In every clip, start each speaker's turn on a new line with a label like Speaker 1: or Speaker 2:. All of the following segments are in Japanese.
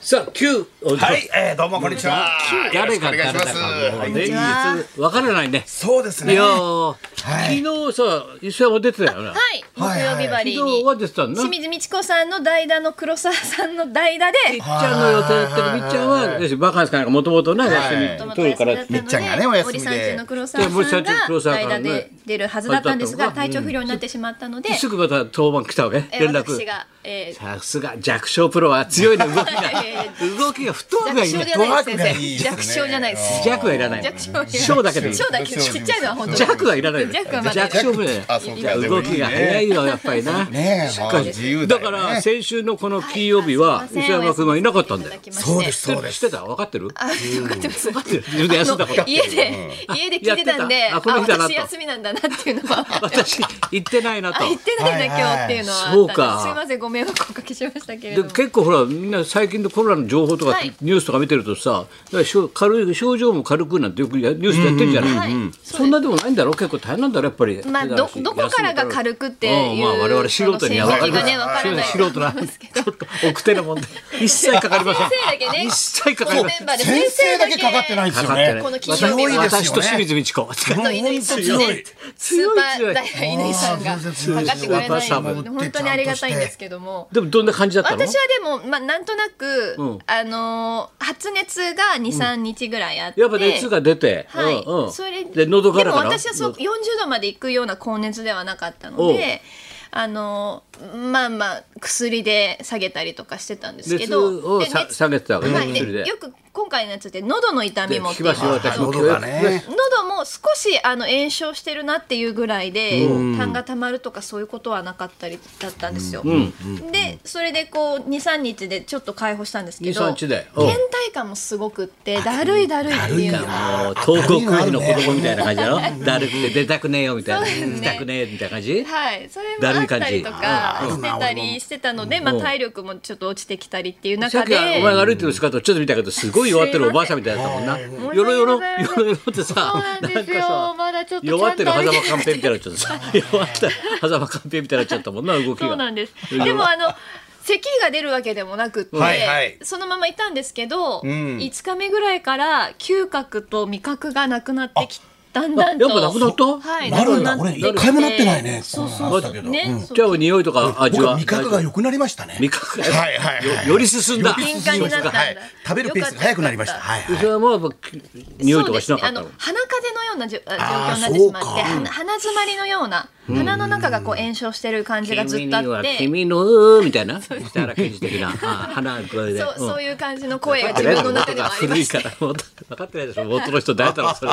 Speaker 1: さあ、九。
Speaker 2: はい、えー、どうもこんにちは。よろ
Speaker 1: 誰
Speaker 2: しくお
Speaker 1: が
Speaker 2: 願い
Speaker 1: 誰
Speaker 2: し
Speaker 1: だ
Speaker 2: ます。
Speaker 1: かも
Speaker 2: は
Speaker 1: う
Speaker 2: い
Speaker 1: ね、わからないね。
Speaker 2: そうです
Speaker 1: い
Speaker 2: ね。
Speaker 1: や
Speaker 2: は
Speaker 1: ー、昨日さ、一緒も出てたよな。
Speaker 3: はい、木曜日バリー
Speaker 1: 昨日
Speaker 3: に
Speaker 1: は出てたんだな。
Speaker 3: 清
Speaker 1: みっ
Speaker 3: 水美智子さんの代打の黒沢さんの代打で
Speaker 1: ちゃんの予定やってるみっちゃんは、要するにバカンスかなんかもともとね、休み
Speaker 3: 元
Speaker 1: 取
Speaker 3: 々
Speaker 1: るから。
Speaker 3: 休みだったので
Speaker 2: みっちゃんがねお休みで
Speaker 3: 森三中の黒沢
Speaker 1: で森
Speaker 3: さ
Speaker 1: 三
Speaker 3: ん
Speaker 1: 中の黒沢
Speaker 3: が
Speaker 1: さん
Speaker 3: 代
Speaker 1: がね
Speaker 3: 打で出るはずだったんです
Speaker 1: う
Speaker 3: が
Speaker 1: ん
Speaker 3: 体調不良になってしまったので、
Speaker 1: すぐまた当番来たわけ
Speaker 3: えー
Speaker 1: 連絡
Speaker 3: 私が、えー
Speaker 1: さすが弱小プロは強いね動きが動きがフットワークが
Speaker 3: 弱
Speaker 1: いい
Speaker 3: 小
Speaker 1: ね
Speaker 2: ドアがいいですね
Speaker 3: じゃないです先生弱小じゃないです
Speaker 1: 弱はいらない
Speaker 3: 弱小じゃない
Speaker 1: 小だけでいい
Speaker 3: 小だけちっちゃいのは本当に
Speaker 1: 弱はいらないよ
Speaker 3: 弱はまだ
Speaker 1: 弱小プロだよ
Speaker 2: あそうか
Speaker 1: いや動きが早いよやっぱりな
Speaker 2: ねえ、まあ自由だ
Speaker 1: だ
Speaker 2: よね
Speaker 1: から先週のこの金曜日は
Speaker 3: すいま
Speaker 1: 内
Speaker 3: せん
Speaker 1: 山君はいなかったんだ
Speaker 3: いた
Speaker 1: よ
Speaker 3: だきまして
Speaker 2: そうですそうで
Speaker 1: 知
Speaker 2: す。
Speaker 1: ってた分かってる
Speaker 3: あ、分かってます。
Speaker 1: 自分で休んだこと
Speaker 3: あの家で、家で聞いてたん
Speaker 1: やっ
Speaker 3: で、
Speaker 1: てたあ
Speaker 3: あ、
Speaker 1: この日だなと
Speaker 3: 私休みなんだなっていうのは。
Speaker 1: 私行ってないなと
Speaker 3: あ、行ってないな、
Speaker 2: はいはい
Speaker 3: 今日っていうのはあったんです。
Speaker 1: そうか
Speaker 3: すいません、ご迷惑をおかけしましたけれ
Speaker 1: で
Speaker 3: ども。
Speaker 1: 結構ほらみんな最近のコロナの情報とか、
Speaker 3: はい
Speaker 1: ニュースとか見てるとさだからしょ軽い症状も軽くなんてよくやニュースでやってるじゃない、
Speaker 3: はいそうです
Speaker 1: そんなでもないんだろう結構大変なんだろうやっぱり
Speaker 3: まあ、ど、どこからが軽くっていう。
Speaker 1: うんまあ我々素人には
Speaker 3: その
Speaker 1: 分かり
Speaker 3: 線
Speaker 1: ま
Speaker 3: 引きがね、分か
Speaker 1: せ
Speaker 3: ら
Speaker 1: ん、
Speaker 3: ない。
Speaker 1: 素人なちょっと奥手な もんで一切かかりません
Speaker 3: 先生だけね
Speaker 1: 一切かかり
Speaker 3: こ
Speaker 1: ま
Speaker 3: のメ
Speaker 1: せん
Speaker 3: ンバーで
Speaker 2: 先生だけかかってないんです
Speaker 1: か
Speaker 2: よ
Speaker 1: かって
Speaker 2: ね
Speaker 1: ない。
Speaker 3: この金
Speaker 1: 私
Speaker 3: 曜日は
Speaker 1: 私と清水美智子
Speaker 2: もう本当強い。
Speaker 3: スー
Speaker 1: 強
Speaker 3: パ
Speaker 1: い強
Speaker 3: ー
Speaker 1: い
Speaker 3: ダイヤ乾さんがかかってくれないので本当にありがたいんですけども
Speaker 1: でもどんな感じだったの
Speaker 3: 私はでも、まあ、なんとなく、
Speaker 1: うん
Speaker 3: あのー発熱が23日ぐらいあって、
Speaker 1: やっぱ熱が出て、
Speaker 3: はい、
Speaker 1: うんうん、
Speaker 3: それ
Speaker 1: で喉からか
Speaker 3: で
Speaker 1: ら
Speaker 3: も私はそう40度まで行くような高熱ではなかったのであのまあまあ薬で下げたりとかしてたんですけ
Speaker 1: 熱
Speaker 3: ど
Speaker 1: を
Speaker 3: で
Speaker 1: さ
Speaker 3: 熱
Speaker 1: 下げてたわけね、
Speaker 3: はい、
Speaker 1: 薬で
Speaker 3: でよく今回のやつって喉の痛みも
Speaker 1: 聞
Speaker 3: って
Speaker 1: き
Speaker 3: いう
Speaker 1: ま
Speaker 3: の
Speaker 1: しょう
Speaker 3: が
Speaker 1: 私も
Speaker 2: 喉がね。
Speaker 3: 喉も少しあの炎症してるなっていうぐらいで痰がたまるとかそういうことはなかったりだったんですよ。でそれでこう23日でちょっと解放したんですけど
Speaker 1: 2-3
Speaker 3: 倦
Speaker 1: 日でうん
Speaker 3: 怠感もすごくってだるいだるいっていうのが。
Speaker 1: もう登校クイズの子供みたいな感じだろだるくて出たくねえよみたいな、
Speaker 3: そうですね
Speaker 1: 出たくねえみたいな感じ
Speaker 3: はい、それ
Speaker 1: だ
Speaker 3: も
Speaker 1: る
Speaker 3: あ
Speaker 1: い
Speaker 3: っ
Speaker 1: 感じ
Speaker 3: たりとかしてたりしてたので、まあ、体力もちょっと落ちてきたりっていう
Speaker 1: さっ
Speaker 3: 中
Speaker 1: き
Speaker 3: で
Speaker 1: はお前が歩いてる姿をちょっと見たけどすごい弱ってるおばあさんみたいだったもん な
Speaker 3: はい
Speaker 1: よろよろよろよろってさ
Speaker 3: そうなんですよまだちょっとちゃんと
Speaker 1: 弱ってる狭間寛平みたいなちょっとさ 弱った狭間寛平みたいになっちゃったもんな動き
Speaker 3: そうな
Speaker 1: が
Speaker 3: んですでもあの咳が出るわけでもなくって、
Speaker 2: はいはい
Speaker 3: そのままいたんですけど、
Speaker 2: ん
Speaker 3: 5日目ぐらいから嗅覚と味覚がなくなってきだんだ
Speaker 1: や
Speaker 3: んと
Speaker 1: っぱなくなった
Speaker 3: はい、
Speaker 2: なるんだ
Speaker 3: くってきて
Speaker 2: 俺一回もなってないね
Speaker 3: そ
Speaker 2: こん
Speaker 3: う
Speaker 2: な
Speaker 3: そ
Speaker 2: の
Speaker 3: うそうね、そう
Speaker 1: じゃあ匂いとか味
Speaker 4: 僕
Speaker 1: は
Speaker 4: は味覚が良くなりましたね。
Speaker 1: 味覚が
Speaker 2: はいはいはい
Speaker 1: より進んだ
Speaker 3: 敏感になったんだ、
Speaker 2: はい。食べるペースが早くなりました。
Speaker 3: よかった
Speaker 2: はいはい。
Speaker 1: それはもうやっぱ匂いとかしなかった
Speaker 3: そう
Speaker 1: の
Speaker 3: ですねあの鼻風邪のようなじゅあ状況になってしまって
Speaker 4: あー
Speaker 3: 鼻鼻詰まりのような鼻の中がこう炎症してる感じがずっ
Speaker 1: 君
Speaker 3: と
Speaker 1: に
Speaker 3: あっ
Speaker 1: は
Speaker 3: て
Speaker 1: 君のみたいな北原刑事的なあ鼻これで
Speaker 3: そう
Speaker 1: うん
Speaker 3: そういう感じの声が自分の中ではありま
Speaker 1: 古い
Speaker 3: し
Speaker 1: か
Speaker 3: た
Speaker 1: ら分かってないでしょ元の人誰だろう それ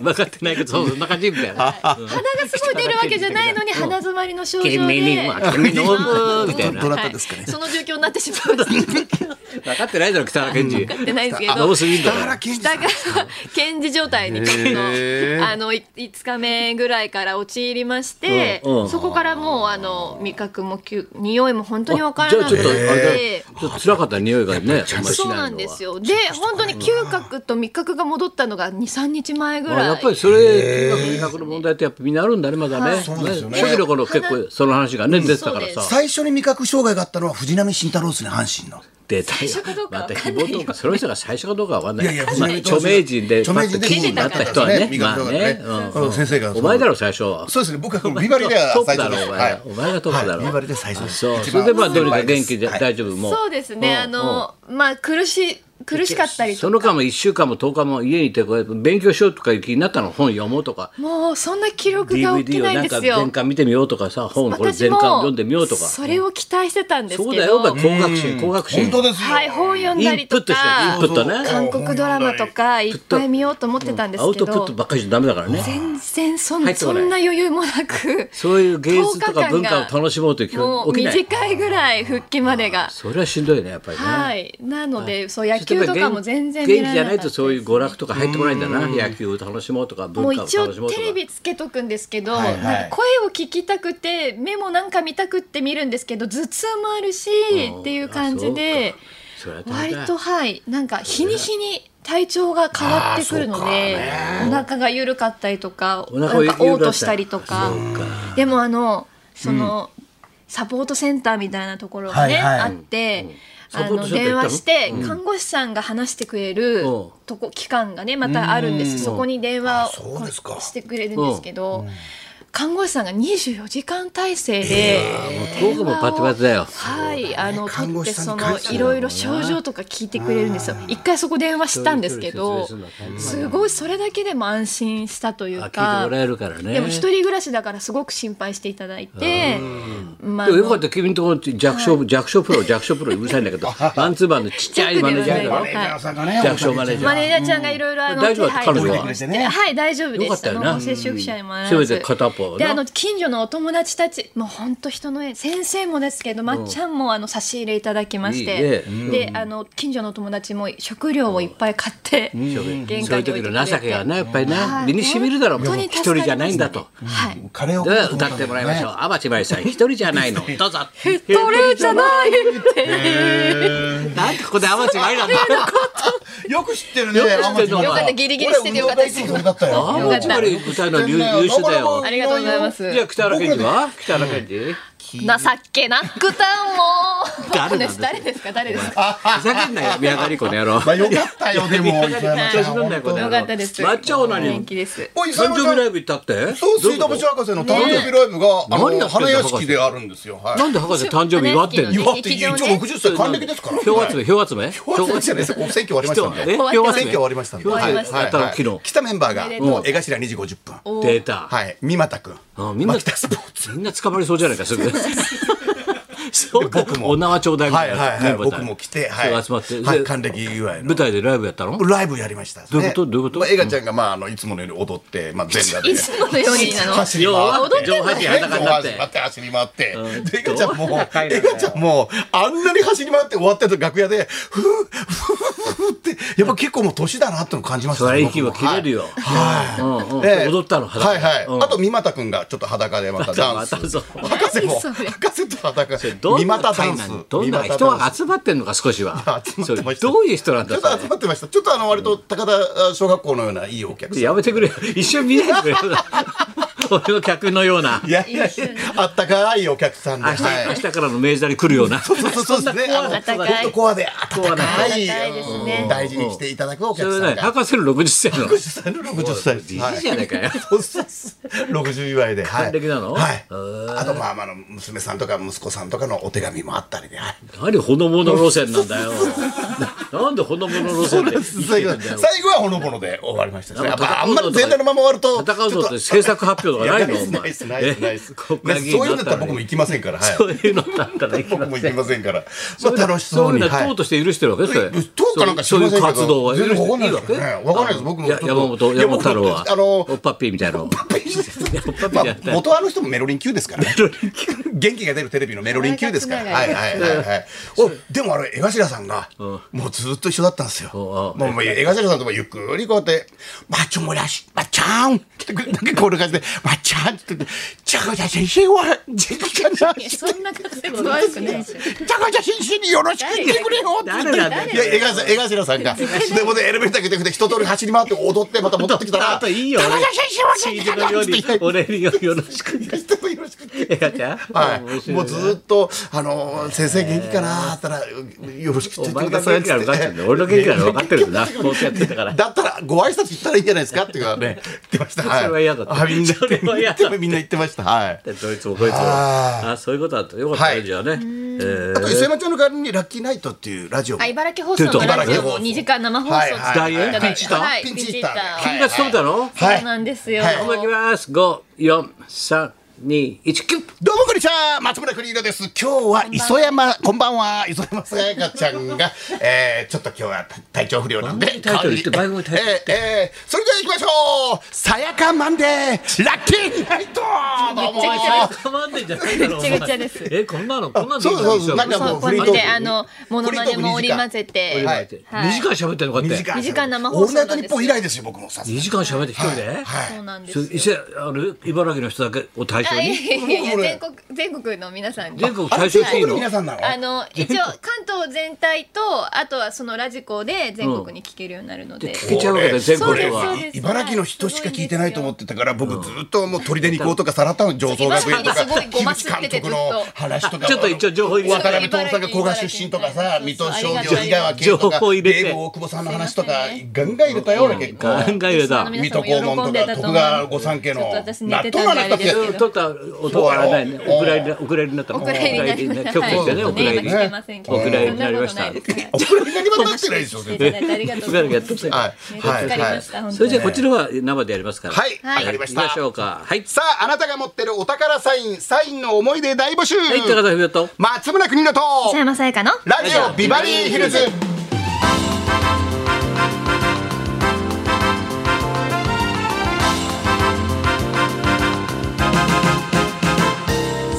Speaker 1: 分かってないけどそうそんな感じみたいな
Speaker 3: 鼻がすごい出るわけじゃないのに鼻詰まりの症状で
Speaker 1: 君には君のみたいな
Speaker 4: ど
Speaker 1: 分
Speaker 4: な
Speaker 3: は
Speaker 4: た
Speaker 3: い
Speaker 4: ですかね。
Speaker 3: その状況になってしまうんですけど
Speaker 1: かってないだろ北原刑事
Speaker 3: ってないですけど
Speaker 1: ノースウィンド
Speaker 4: 北
Speaker 1: だ
Speaker 4: 原
Speaker 1: よ
Speaker 4: 健二さ
Speaker 3: だ
Speaker 4: ん
Speaker 3: か。ら検事状態にあのい5日目ぐらいから陥りまして、
Speaker 1: うんうん
Speaker 3: そこからもうあの味覚もきゅ匂いも本当に分から
Speaker 1: じゃ
Speaker 3: な
Speaker 1: あ
Speaker 3: く
Speaker 1: ちょっとあ
Speaker 3: て。
Speaker 1: れだちょっと辛かった匂いがねあんまりし
Speaker 3: そう
Speaker 1: な
Speaker 3: ないん
Speaker 1: の
Speaker 3: で
Speaker 1: は
Speaker 3: すよで本当に嗅覚と味覚が戻ったのが23日前ぐ
Speaker 1: まあ
Speaker 3: らい
Speaker 1: やっぱりそれ金額の問題ってやっぱみんなあるんだねまだね
Speaker 3: は
Speaker 1: ね
Speaker 3: い
Speaker 1: 初
Speaker 4: そうですよね
Speaker 1: 期の頃結構その話がね出てたから
Speaker 3: そうで
Speaker 1: さ
Speaker 3: す
Speaker 4: 最初に味覚障害があったのは藤浪晋太郎ですね、阪神の。
Speaker 1: 出た
Speaker 3: 最初かどうか
Speaker 1: また
Speaker 3: わ
Speaker 1: 希
Speaker 3: かん
Speaker 1: 望
Speaker 3: ないよ
Speaker 1: とかその人が最初かどうかは分かんない
Speaker 4: いやいや
Speaker 1: まあ著名人で
Speaker 4: 著名人で
Speaker 1: 記事になった人はね
Speaker 2: 記事に
Speaker 1: ま
Speaker 2: な
Speaker 1: あ
Speaker 2: った人です
Speaker 1: ね
Speaker 2: ね
Speaker 1: うん
Speaker 2: うん先生が
Speaker 1: お前だろ最初は
Speaker 4: そうですね、僕は
Speaker 2: ビバリーでは
Speaker 1: トッ
Speaker 2: 最
Speaker 1: プ
Speaker 2: 初
Speaker 1: だろ
Speaker 2: です。
Speaker 1: お
Speaker 2: は
Speaker 1: 前
Speaker 2: い。
Speaker 1: お前がトップだろ
Speaker 4: ビバリーで最初です。
Speaker 1: そう
Speaker 4: 一
Speaker 1: それ
Speaker 4: 番
Speaker 1: でまあどれか
Speaker 2: 一番
Speaker 1: 元気で
Speaker 2: はい
Speaker 1: 大丈夫も
Speaker 3: そうですねあのまあ苦し苦しかったり
Speaker 1: そ
Speaker 3: と
Speaker 1: の間も1週間も10日も家にいてこうやって勉強しようとかいう気になったの本読もうとか
Speaker 3: もうそんな記録が起き
Speaker 1: DVD を
Speaker 3: ないん
Speaker 1: なん
Speaker 3: で
Speaker 1: か
Speaker 3: すよ
Speaker 1: 全巻見てみようとかさ本これ
Speaker 3: 私
Speaker 1: 全
Speaker 3: も
Speaker 1: 巻読んでみようとか
Speaker 3: それを期待してたんですけど
Speaker 1: そうだよやっぱ高学心高学心
Speaker 2: 本当ですよ。
Speaker 3: はい本読んだ
Speaker 1: イン
Speaker 3: り
Speaker 1: プッ
Speaker 3: と
Speaker 1: トしてイン
Speaker 3: か
Speaker 1: プットね
Speaker 3: 韓国ドラマとかいっぱい見ようと思ってたんです
Speaker 1: アウ
Speaker 3: け
Speaker 1: トプット
Speaker 3: ど
Speaker 1: ばっかりじゃダメだからね
Speaker 3: 全然そ
Speaker 1: 入
Speaker 3: ん
Speaker 1: ってこ
Speaker 3: そ
Speaker 1: ない
Speaker 3: んな余裕もなく
Speaker 1: そういう芸術とか文化を
Speaker 3: 10日間が
Speaker 1: 楽しもうという気
Speaker 3: も
Speaker 1: 分
Speaker 3: う
Speaker 1: 起きない
Speaker 3: 短いぐらい復帰までが。
Speaker 1: それはしんどいねやっぱりね
Speaker 3: はい、なので、そう野球とかも全然
Speaker 1: 元気
Speaker 3: 見ら
Speaker 1: じ
Speaker 3: れ
Speaker 1: ゃ
Speaker 3: な
Speaker 1: な
Speaker 3: かっ
Speaker 1: い
Speaker 3: た
Speaker 1: とそういう娯楽とか入ってこないんだな野球を楽しもうとか文
Speaker 3: もう
Speaker 1: 化を楽
Speaker 3: 一
Speaker 1: しも
Speaker 3: 応
Speaker 1: うとか
Speaker 3: テレビつけとくんですけど、
Speaker 2: はいはい
Speaker 3: なんか声を聞きたくて目もなんか見たくって見るんですけど頭痛もあるしっていう感じで
Speaker 1: それは大
Speaker 3: 割
Speaker 1: 変
Speaker 3: とはいなんか日に日に体調が変わってくるので、お腹が緩かったりとか
Speaker 1: お
Speaker 3: なん
Speaker 1: 腹
Speaker 3: か
Speaker 1: が緩かったり
Speaker 3: 嘔吐したりとかでもあのその、サポートセンターみたいなところがね、
Speaker 4: はいはい
Speaker 3: あって、あ
Speaker 1: サポート
Speaker 3: の
Speaker 1: しようって言った
Speaker 3: 電
Speaker 1: の
Speaker 3: 話して看護師さんが話してくれる
Speaker 1: うん
Speaker 3: とこ期間がねまたあるんですそこに電話を
Speaker 4: そうですか
Speaker 3: してくれるんですけど看護師さんが24時間体制で
Speaker 1: 僕もパチパチだよ
Speaker 3: はい、あの、
Speaker 4: 看
Speaker 3: 取っ
Speaker 4: 護師
Speaker 3: て、
Speaker 4: さん
Speaker 3: そ
Speaker 4: に返
Speaker 3: の、
Speaker 4: すの
Speaker 3: いろいろ症状とか聞いてくれるんですよ。一回そこ電話したんですけど
Speaker 1: 一人一人説明するのは大変だ、よ
Speaker 3: すごい、それだけでも安心したとい
Speaker 1: あ聞
Speaker 3: う
Speaker 1: いても
Speaker 3: か。
Speaker 1: らえるからね
Speaker 3: でも、一人暮らしだから、すごく心配していただいて。まあ
Speaker 1: でもよかった君のところって弱小、弱小プロ弱小プロうるさいんだけどマンツーマンのちっちゃいマネージャーだ
Speaker 3: は
Speaker 1: ろ
Speaker 2: マ
Speaker 3: い
Speaker 2: ネージャーさんがね、
Speaker 1: 弱小マネージャー
Speaker 3: マネージャーちゃんがいろいろあの
Speaker 1: 大丈夫だった彼女は
Speaker 3: 手配してくれてはい大丈夫です
Speaker 1: よかったよな
Speaker 3: あの接触者にもなら
Speaker 1: せめ
Speaker 3: ず
Speaker 1: て片方はな
Speaker 3: であの近所のお友達たちもう本当人の絵先生もですけどまっちゃんもあの差し入れいただきまして
Speaker 1: いい
Speaker 3: であの近所のお友達も食料をいっぱい買って玄
Speaker 1: そうい
Speaker 3: 関
Speaker 1: う
Speaker 3: に置
Speaker 1: 時
Speaker 3: いてく
Speaker 1: の
Speaker 3: れ
Speaker 1: 情けがね
Speaker 3: て
Speaker 1: やっぱりな身にしみるだろう
Speaker 3: 本当に
Speaker 1: 一
Speaker 3: 助か
Speaker 1: 人
Speaker 3: りました
Speaker 1: じゃないんだと。
Speaker 3: はい
Speaker 4: カレーを
Speaker 1: で
Speaker 4: 食おうと思
Speaker 1: 歌
Speaker 4: た
Speaker 1: っ
Speaker 4: んだけ
Speaker 1: て
Speaker 4: ど
Speaker 1: もら
Speaker 4: ね
Speaker 1: いま しょう。アバチマリさん、一人じゃないの。どう ぞ。
Speaker 3: トレじゃないって
Speaker 1: なんでここでアバチマリなんだ。
Speaker 2: よく知ってるね。
Speaker 1: よく知ってるのお
Speaker 2: 天
Speaker 1: 前
Speaker 2: 野
Speaker 3: よかったギリギリしててよかったです
Speaker 4: 俺運動会いつもそれだったよ
Speaker 1: アバチマリ歌うのは優優秀だよ。
Speaker 3: ありがとうございます
Speaker 1: じゃあ北原賢治は北原賢 治
Speaker 3: 情けなくたも
Speaker 1: 誰なん
Speaker 3: で
Speaker 1: です
Speaker 3: す
Speaker 1: か
Speaker 3: 誰ですか誰ですか
Speaker 1: ふざけんなよ、宮川莉子の野郎。
Speaker 2: まあよかったよでも。磯山ち
Speaker 1: 調
Speaker 2: ゃ
Speaker 1: 子
Speaker 2: ん
Speaker 1: 乗んなよ、この野郎。
Speaker 3: よかったです
Speaker 1: 抹茶を何
Speaker 3: 元気です
Speaker 2: おい磯
Speaker 1: 誕
Speaker 2: 山ち
Speaker 1: 生
Speaker 2: ゃ
Speaker 1: 日ラ
Speaker 2: ん
Speaker 1: イブ行ったって
Speaker 2: そう水
Speaker 1: ど
Speaker 2: 田
Speaker 1: ういう
Speaker 2: 橋
Speaker 1: こ
Speaker 2: 博士の誕生日ライブがあ
Speaker 1: 何やっ
Speaker 2: の
Speaker 1: てんだ
Speaker 2: 花屋敷であるんですよ。は
Speaker 1: と
Speaker 2: い
Speaker 1: なんで博士誕生日祝ってん
Speaker 3: ね
Speaker 1: の
Speaker 2: いや一応60歳還暦ですから。
Speaker 1: 票集め、票集め票
Speaker 2: 票集めじゃないです。選挙終わりましたんで。
Speaker 1: え票
Speaker 2: 選
Speaker 1: 集
Speaker 2: 挙
Speaker 1: め
Speaker 2: 終わりましたんで。
Speaker 1: 票集め
Speaker 2: は
Speaker 1: や
Speaker 2: い
Speaker 1: ったの、昨日。
Speaker 2: 来たメンバーが
Speaker 3: めでとう
Speaker 2: もう江頭2時50分。
Speaker 1: データ。
Speaker 2: はい。三股くん。
Speaker 1: あみんな
Speaker 2: 牧田スポーツ。
Speaker 1: みんな捕まりそうじゃないか、 すぐ。そうか
Speaker 2: 僕も
Speaker 1: お縄頂戴み
Speaker 2: は
Speaker 1: た
Speaker 2: い
Speaker 1: い
Speaker 2: は
Speaker 1: ない
Speaker 2: はい。
Speaker 1: メンバーだ
Speaker 2: 僕も来て、
Speaker 1: そ
Speaker 2: は
Speaker 1: う
Speaker 2: い。
Speaker 1: 集まって。
Speaker 2: はい。
Speaker 1: で
Speaker 2: 還暦祝いの
Speaker 1: 舞。台でライブやったの
Speaker 2: ライブやりましたね。
Speaker 1: どういうことどういうこと
Speaker 2: まあ、エガちゃんが、まあ、あの、いつものように踊って、まあ、全裸で。
Speaker 3: いつものようになの
Speaker 2: 走り
Speaker 1: 要は
Speaker 2: 回って。
Speaker 1: 上半身裸になって
Speaker 2: 上半身回って走り回って。
Speaker 1: ん
Speaker 2: でエガちゃんも
Speaker 1: どう高い、な
Speaker 2: エガちゃんも、あんなに走り回って終わってた楽屋で、ふぅ、ふぅ、ふぅって、やっぱ結構もう年だなっての感じました
Speaker 1: そりゃ
Speaker 2: ね
Speaker 1: 息は切れるよ。
Speaker 2: はい。
Speaker 1: うんうん
Speaker 2: ええ
Speaker 1: 踊ったの裸
Speaker 2: はいはい。
Speaker 1: うん
Speaker 2: あと、三股くんがちょっと裸でまたダンス。
Speaker 1: またそう
Speaker 2: 博士も、
Speaker 3: 何それ
Speaker 2: 博士と裸。
Speaker 1: ど
Speaker 2: 三
Speaker 1: んな
Speaker 2: 股ダ
Speaker 1: 会
Speaker 2: ン
Speaker 1: な
Speaker 2: ス
Speaker 1: の。どんな
Speaker 2: 三股ダンス
Speaker 1: 人が集まってんのか少しは
Speaker 2: 集まってました
Speaker 1: それどういう人なん
Speaker 2: ち
Speaker 1: だ
Speaker 2: ょっ
Speaker 1: それ
Speaker 2: と集まってました。ちょっとあの割と高田小学校のようないいお客さん。
Speaker 1: やめてくれよ一緒に見ないでくれよ 俺の客のようない
Speaker 2: やいやいや、あったかいお客さんで。
Speaker 1: 明日
Speaker 2: はい
Speaker 1: 明日からの明治座に来るような
Speaker 2: そうそうそうですね。あの
Speaker 3: あったかい
Speaker 2: 本当コアで
Speaker 1: コア
Speaker 2: 温
Speaker 1: な
Speaker 2: かい
Speaker 3: 温かいですね
Speaker 2: うん大事にしていただくお
Speaker 1: それ
Speaker 2: 客さ
Speaker 1: はね
Speaker 2: んが。
Speaker 1: 博士の60歳の
Speaker 2: 60歳の60歳です。
Speaker 1: じ
Speaker 2: は
Speaker 1: じいじゃないかよ
Speaker 2: そうそうそう60祝いで。はい
Speaker 1: 還暦なの
Speaker 2: はい
Speaker 1: へ。ー
Speaker 2: あとまあまああの娘さんとか息子さんとかのお手紙もあったりで。はい
Speaker 1: 何ほのぼの路線なんだよなんでほのぼの路線で生きて
Speaker 2: 最後
Speaker 1: るんだよ
Speaker 2: 最後はほのぼので終わりましたね。
Speaker 1: な
Speaker 2: や
Speaker 1: ん
Speaker 2: っ
Speaker 1: か
Speaker 2: ぱあ
Speaker 1: 戦
Speaker 2: ん
Speaker 1: う
Speaker 2: ま
Speaker 1: ぞとか
Speaker 2: り全体のまま終わると。
Speaker 1: 戦うぞっ
Speaker 2: ち
Speaker 1: て
Speaker 2: ょっと
Speaker 1: 政策発表とかないの
Speaker 2: や
Speaker 1: お前
Speaker 2: ナイスナイスナイスナイ
Speaker 1: え
Speaker 2: ス
Speaker 1: 国会議員
Speaker 2: そういうんだったら僕も行きませんから。はい
Speaker 1: そういうのだったらいけま
Speaker 2: 僕も行
Speaker 1: せ
Speaker 2: き
Speaker 1: ん
Speaker 2: ませんから。まあ楽しそ
Speaker 1: そ
Speaker 2: うに。
Speaker 1: ういうのは
Speaker 2: はい
Speaker 1: 党として許してるわけそれ
Speaker 2: どうかなんか知
Speaker 1: そ
Speaker 2: り
Speaker 1: うい
Speaker 2: ま
Speaker 1: う
Speaker 2: せ
Speaker 1: 活
Speaker 2: んけど
Speaker 1: 動は許して
Speaker 2: 全然わかん
Speaker 1: い
Speaker 2: ないで
Speaker 1: わ
Speaker 2: す
Speaker 1: け
Speaker 2: よね。わかんないです。僕も
Speaker 1: いや
Speaker 2: ちょっと
Speaker 1: 山本
Speaker 2: いや
Speaker 1: 山本
Speaker 2: 僕
Speaker 1: 太郎は
Speaker 2: あの
Speaker 1: おっぱっぴーみたいなの
Speaker 2: まあ元あの人もメロリン級ですからね。元気が出るテレビのメロリン級ですから。
Speaker 3: お
Speaker 2: は
Speaker 3: 前
Speaker 2: いはいはいはい。おでもあれ江頭さんが
Speaker 1: ん
Speaker 2: もうずっと一緒だったんですよ。
Speaker 1: おうお
Speaker 2: も
Speaker 1: う
Speaker 2: うもう江頭さんともゆっくりこうやってまっちょもらしまっちゃんってなんかこんな感じでまっちゃんって言ってじゃこじゃ先生はじゃこじゃ先生
Speaker 3: そんな感じ悪くないし
Speaker 2: 高橋先生によろしく言ってくれよって言って
Speaker 1: 誰なんだよ
Speaker 2: いや江頭江頭さんがでもねエレベーター来てくれて一通り走り回って踊ってまた戻ってきたら
Speaker 1: あといいよ
Speaker 2: 高橋先
Speaker 1: シー
Speaker 2: 生
Speaker 1: ルのよう
Speaker 2: は
Speaker 1: に
Speaker 2: ね
Speaker 1: 俺によろしく
Speaker 2: よろしくって
Speaker 1: えがちゃん
Speaker 2: はい、もうずーっと、あのー先生元気かなーって言ったら、よろしく
Speaker 1: お
Speaker 2: 言って
Speaker 1: 前
Speaker 2: くだ
Speaker 1: の
Speaker 2: さいっ
Speaker 1: 元
Speaker 2: て
Speaker 1: 気なの分かってるんだよ俺の元気なの分かってるん だなスポーツやってたから
Speaker 2: だったら、ご挨拶言ったらいいんじゃないですかっていうのはね、言ってました。い、
Speaker 1: それは嫌だった
Speaker 2: あみんな
Speaker 1: それは嫌だった
Speaker 2: みんな言ってました。はい。
Speaker 1: どいつもこいつも
Speaker 2: あ
Speaker 1: あそういうことだったよかった
Speaker 2: は
Speaker 1: ね
Speaker 2: い
Speaker 1: じゃあねえー
Speaker 2: あと、磯山ちゃんの代わりに、ラッキーナイトっていうラジオも。
Speaker 3: あ茨城放送のラジオも2時間生放送
Speaker 2: はいはい
Speaker 1: 大円ピンチヒッター
Speaker 3: はい
Speaker 2: ピン
Speaker 3: ピン
Speaker 2: チ
Speaker 3: チ
Speaker 2: ヒッ
Speaker 3: ヒッ
Speaker 2: タ
Speaker 3: タ
Speaker 2: ー
Speaker 3: ー。
Speaker 1: 君が務めたの
Speaker 2: はい
Speaker 3: そうなんですよ。
Speaker 2: はい
Speaker 1: おまきます五四三二一キュッ
Speaker 2: どうもこんにちは松村邦洋です今日は磯山こんばんは磯山さやかちゃんが、 えー、ちょっと今日は体調不良なん
Speaker 1: 番
Speaker 2: で
Speaker 1: 組タイトル言って
Speaker 2: 代わ
Speaker 1: 番組
Speaker 2: り
Speaker 1: タイトル言って
Speaker 2: えーえーそれでは行きましょうさやかマンデーラッキーナイトどうも
Speaker 3: めっちゃくちゃ
Speaker 1: 捕まんねんじゃないだろお前
Speaker 3: ぐちゃぐちゃです
Speaker 1: えこんなのこんなの
Speaker 2: そうそうそうなんか
Speaker 3: そ
Speaker 2: も
Speaker 3: う
Speaker 2: う
Speaker 3: こ
Speaker 2: フ
Speaker 3: う
Speaker 2: リ
Speaker 3: や
Speaker 2: ー
Speaker 3: っ
Speaker 2: トー
Speaker 3: て
Speaker 2: ク
Speaker 3: あのものまねも織り交ぜて、
Speaker 2: はい
Speaker 3: はい
Speaker 1: 2時間喋ってんのこうやって
Speaker 3: 二時間生放
Speaker 2: オール
Speaker 3: 送
Speaker 2: ナ
Speaker 3: な
Speaker 2: イ
Speaker 3: んですよ
Speaker 2: トニッポン以来ですよ僕もさすが
Speaker 1: 2
Speaker 2: に
Speaker 1: 時間喋って一人で
Speaker 2: はい
Speaker 3: そうなんで
Speaker 1: それ
Speaker 3: すよ。
Speaker 1: 伊勢あの茨城の人だけを対象
Speaker 3: あいや
Speaker 1: に
Speaker 3: いやいや
Speaker 2: 僕も
Speaker 3: 全国全国の皆さんに
Speaker 1: 全国最終してい
Speaker 4: 全国
Speaker 1: いの
Speaker 4: の皆さんなの
Speaker 3: あの一応関東全体とあとはそのラジコで全国に聞けるようになるので、
Speaker 1: 聞けちゃうわけだよ全
Speaker 3: そうで
Speaker 1: 国
Speaker 3: すそう
Speaker 1: は
Speaker 3: です
Speaker 2: 茨城の人しか聞いてないと思ってたから僕ずっともう砦に行こうとかさらったの上層学院とか
Speaker 3: すごいごますって
Speaker 2: 監
Speaker 3: てずっと
Speaker 2: 督の話とか
Speaker 1: ちょっと一応情報入れ
Speaker 2: 渡
Speaker 1: て
Speaker 2: 辺徹さんが古賀出身とかさ水戸商業伊川系と
Speaker 1: 情
Speaker 2: か
Speaker 1: 報入れて
Speaker 2: 霊武大久保さんの話とかガンガン入れたよ俺結
Speaker 1: ガ
Speaker 2: 構
Speaker 1: ンガン入れた
Speaker 3: リ
Speaker 2: 水
Speaker 3: スナ
Speaker 2: 戸
Speaker 3: ーの
Speaker 2: 黄門
Speaker 3: 皆さんも喜
Speaker 2: と
Speaker 3: んで
Speaker 2: か
Speaker 3: たと思
Speaker 2: 徳川
Speaker 3: いま
Speaker 2: 御
Speaker 3: す
Speaker 2: 三家の
Speaker 3: ちょっと私
Speaker 2: 納
Speaker 3: 寝て
Speaker 2: 豆
Speaker 3: た
Speaker 2: の
Speaker 3: んで
Speaker 2: 話だ
Speaker 3: あ
Speaker 2: っ
Speaker 3: れですけ
Speaker 2: け
Speaker 3: ど
Speaker 1: 取った音はあれだよねお蔵入りだお蔵入りになった
Speaker 3: お蔵入りになりました
Speaker 1: 局として
Speaker 3: はい
Speaker 1: ねお
Speaker 3: ちょっとね
Speaker 1: 蔵入り
Speaker 3: 今来てませんけど
Speaker 1: お蔵入りになりました
Speaker 3: そんなことないです
Speaker 2: お蔵入りになりましたってないですよ
Speaker 3: してい
Speaker 2: 全
Speaker 3: た
Speaker 2: 然
Speaker 3: だいてありがとうござい
Speaker 1: や
Speaker 3: ま
Speaker 1: っ
Speaker 3: す
Speaker 1: てくれ
Speaker 2: はい
Speaker 3: ね助
Speaker 2: はい
Speaker 3: かり
Speaker 2: は
Speaker 3: ま
Speaker 2: い
Speaker 3: した、本当に
Speaker 1: それじゃあこっちの方は生でやりますから
Speaker 2: はい
Speaker 3: はい
Speaker 2: わかりまし
Speaker 1: 行きましょ
Speaker 2: た
Speaker 1: うかはい
Speaker 2: さああなたが持ってるお宝サインサインの思い出大募集
Speaker 1: はい高田文夫と
Speaker 2: 松村邦乃と
Speaker 3: 磯山さやかの
Speaker 2: ラジオビバリーヒルズ。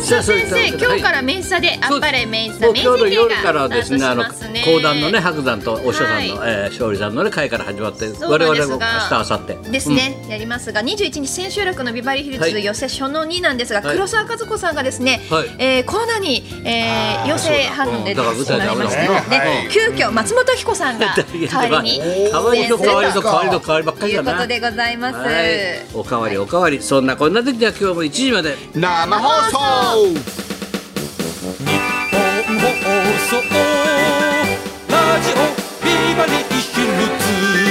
Speaker 1: さあそうい
Speaker 3: 先
Speaker 1: った
Speaker 3: 生今日から明治座であっぱれ明治座明治
Speaker 1: 今日の
Speaker 3: 劇
Speaker 1: 夜
Speaker 3: がスタ
Speaker 1: からですね、あの
Speaker 3: ートしますね
Speaker 1: 講談のね白山とお師匠さんの、
Speaker 3: は
Speaker 1: えー勝利さんのね会から始まって、
Speaker 3: そう
Speaker 1: 我
Speaker 3: な
Speaker 1: 々
Speaker 3: んです
Speaker 1: も明
Speaker 3: が
Speaker 1: 日明後日
Speaker 3: ですね、やりますが21日千秋楽のビバリーヒルズ寄せ初の2なんですが、
Speaker 1: はい
Speaker 3: 黒沢和子さんがですね、
Speaker 1: はい
Speaker 3: えーコロナに、えー、陽性反応で
Speaker 1: そうだうん
Speaker 3: 出てしまいました
Speaker 2: だから舞台で
Speaker 3: ので、
Speaker 2: 危ないもんね
Speaker 3: 急遽松本彦 さんが代わりに
Speaker 1: 代わ
Speaker 3: 出
Speaker 1: り
Speaker 3: 演
Speaker 1: の
Speaker 3: すると
Speaker 1: 代わりの代わりの代わりばっかり
Speaker 3: い
Speaker 1: だ
Speaker 3: うこ
Speaker 1: な。
Speaker 3: とでございます。
Speaker 1: はい、おかわりおかわり、そんなこんなでじゃあ今日も1時まで
Speaker 2: 生放送。
Speaker 5: 放送ラジオビバリーヒルズ」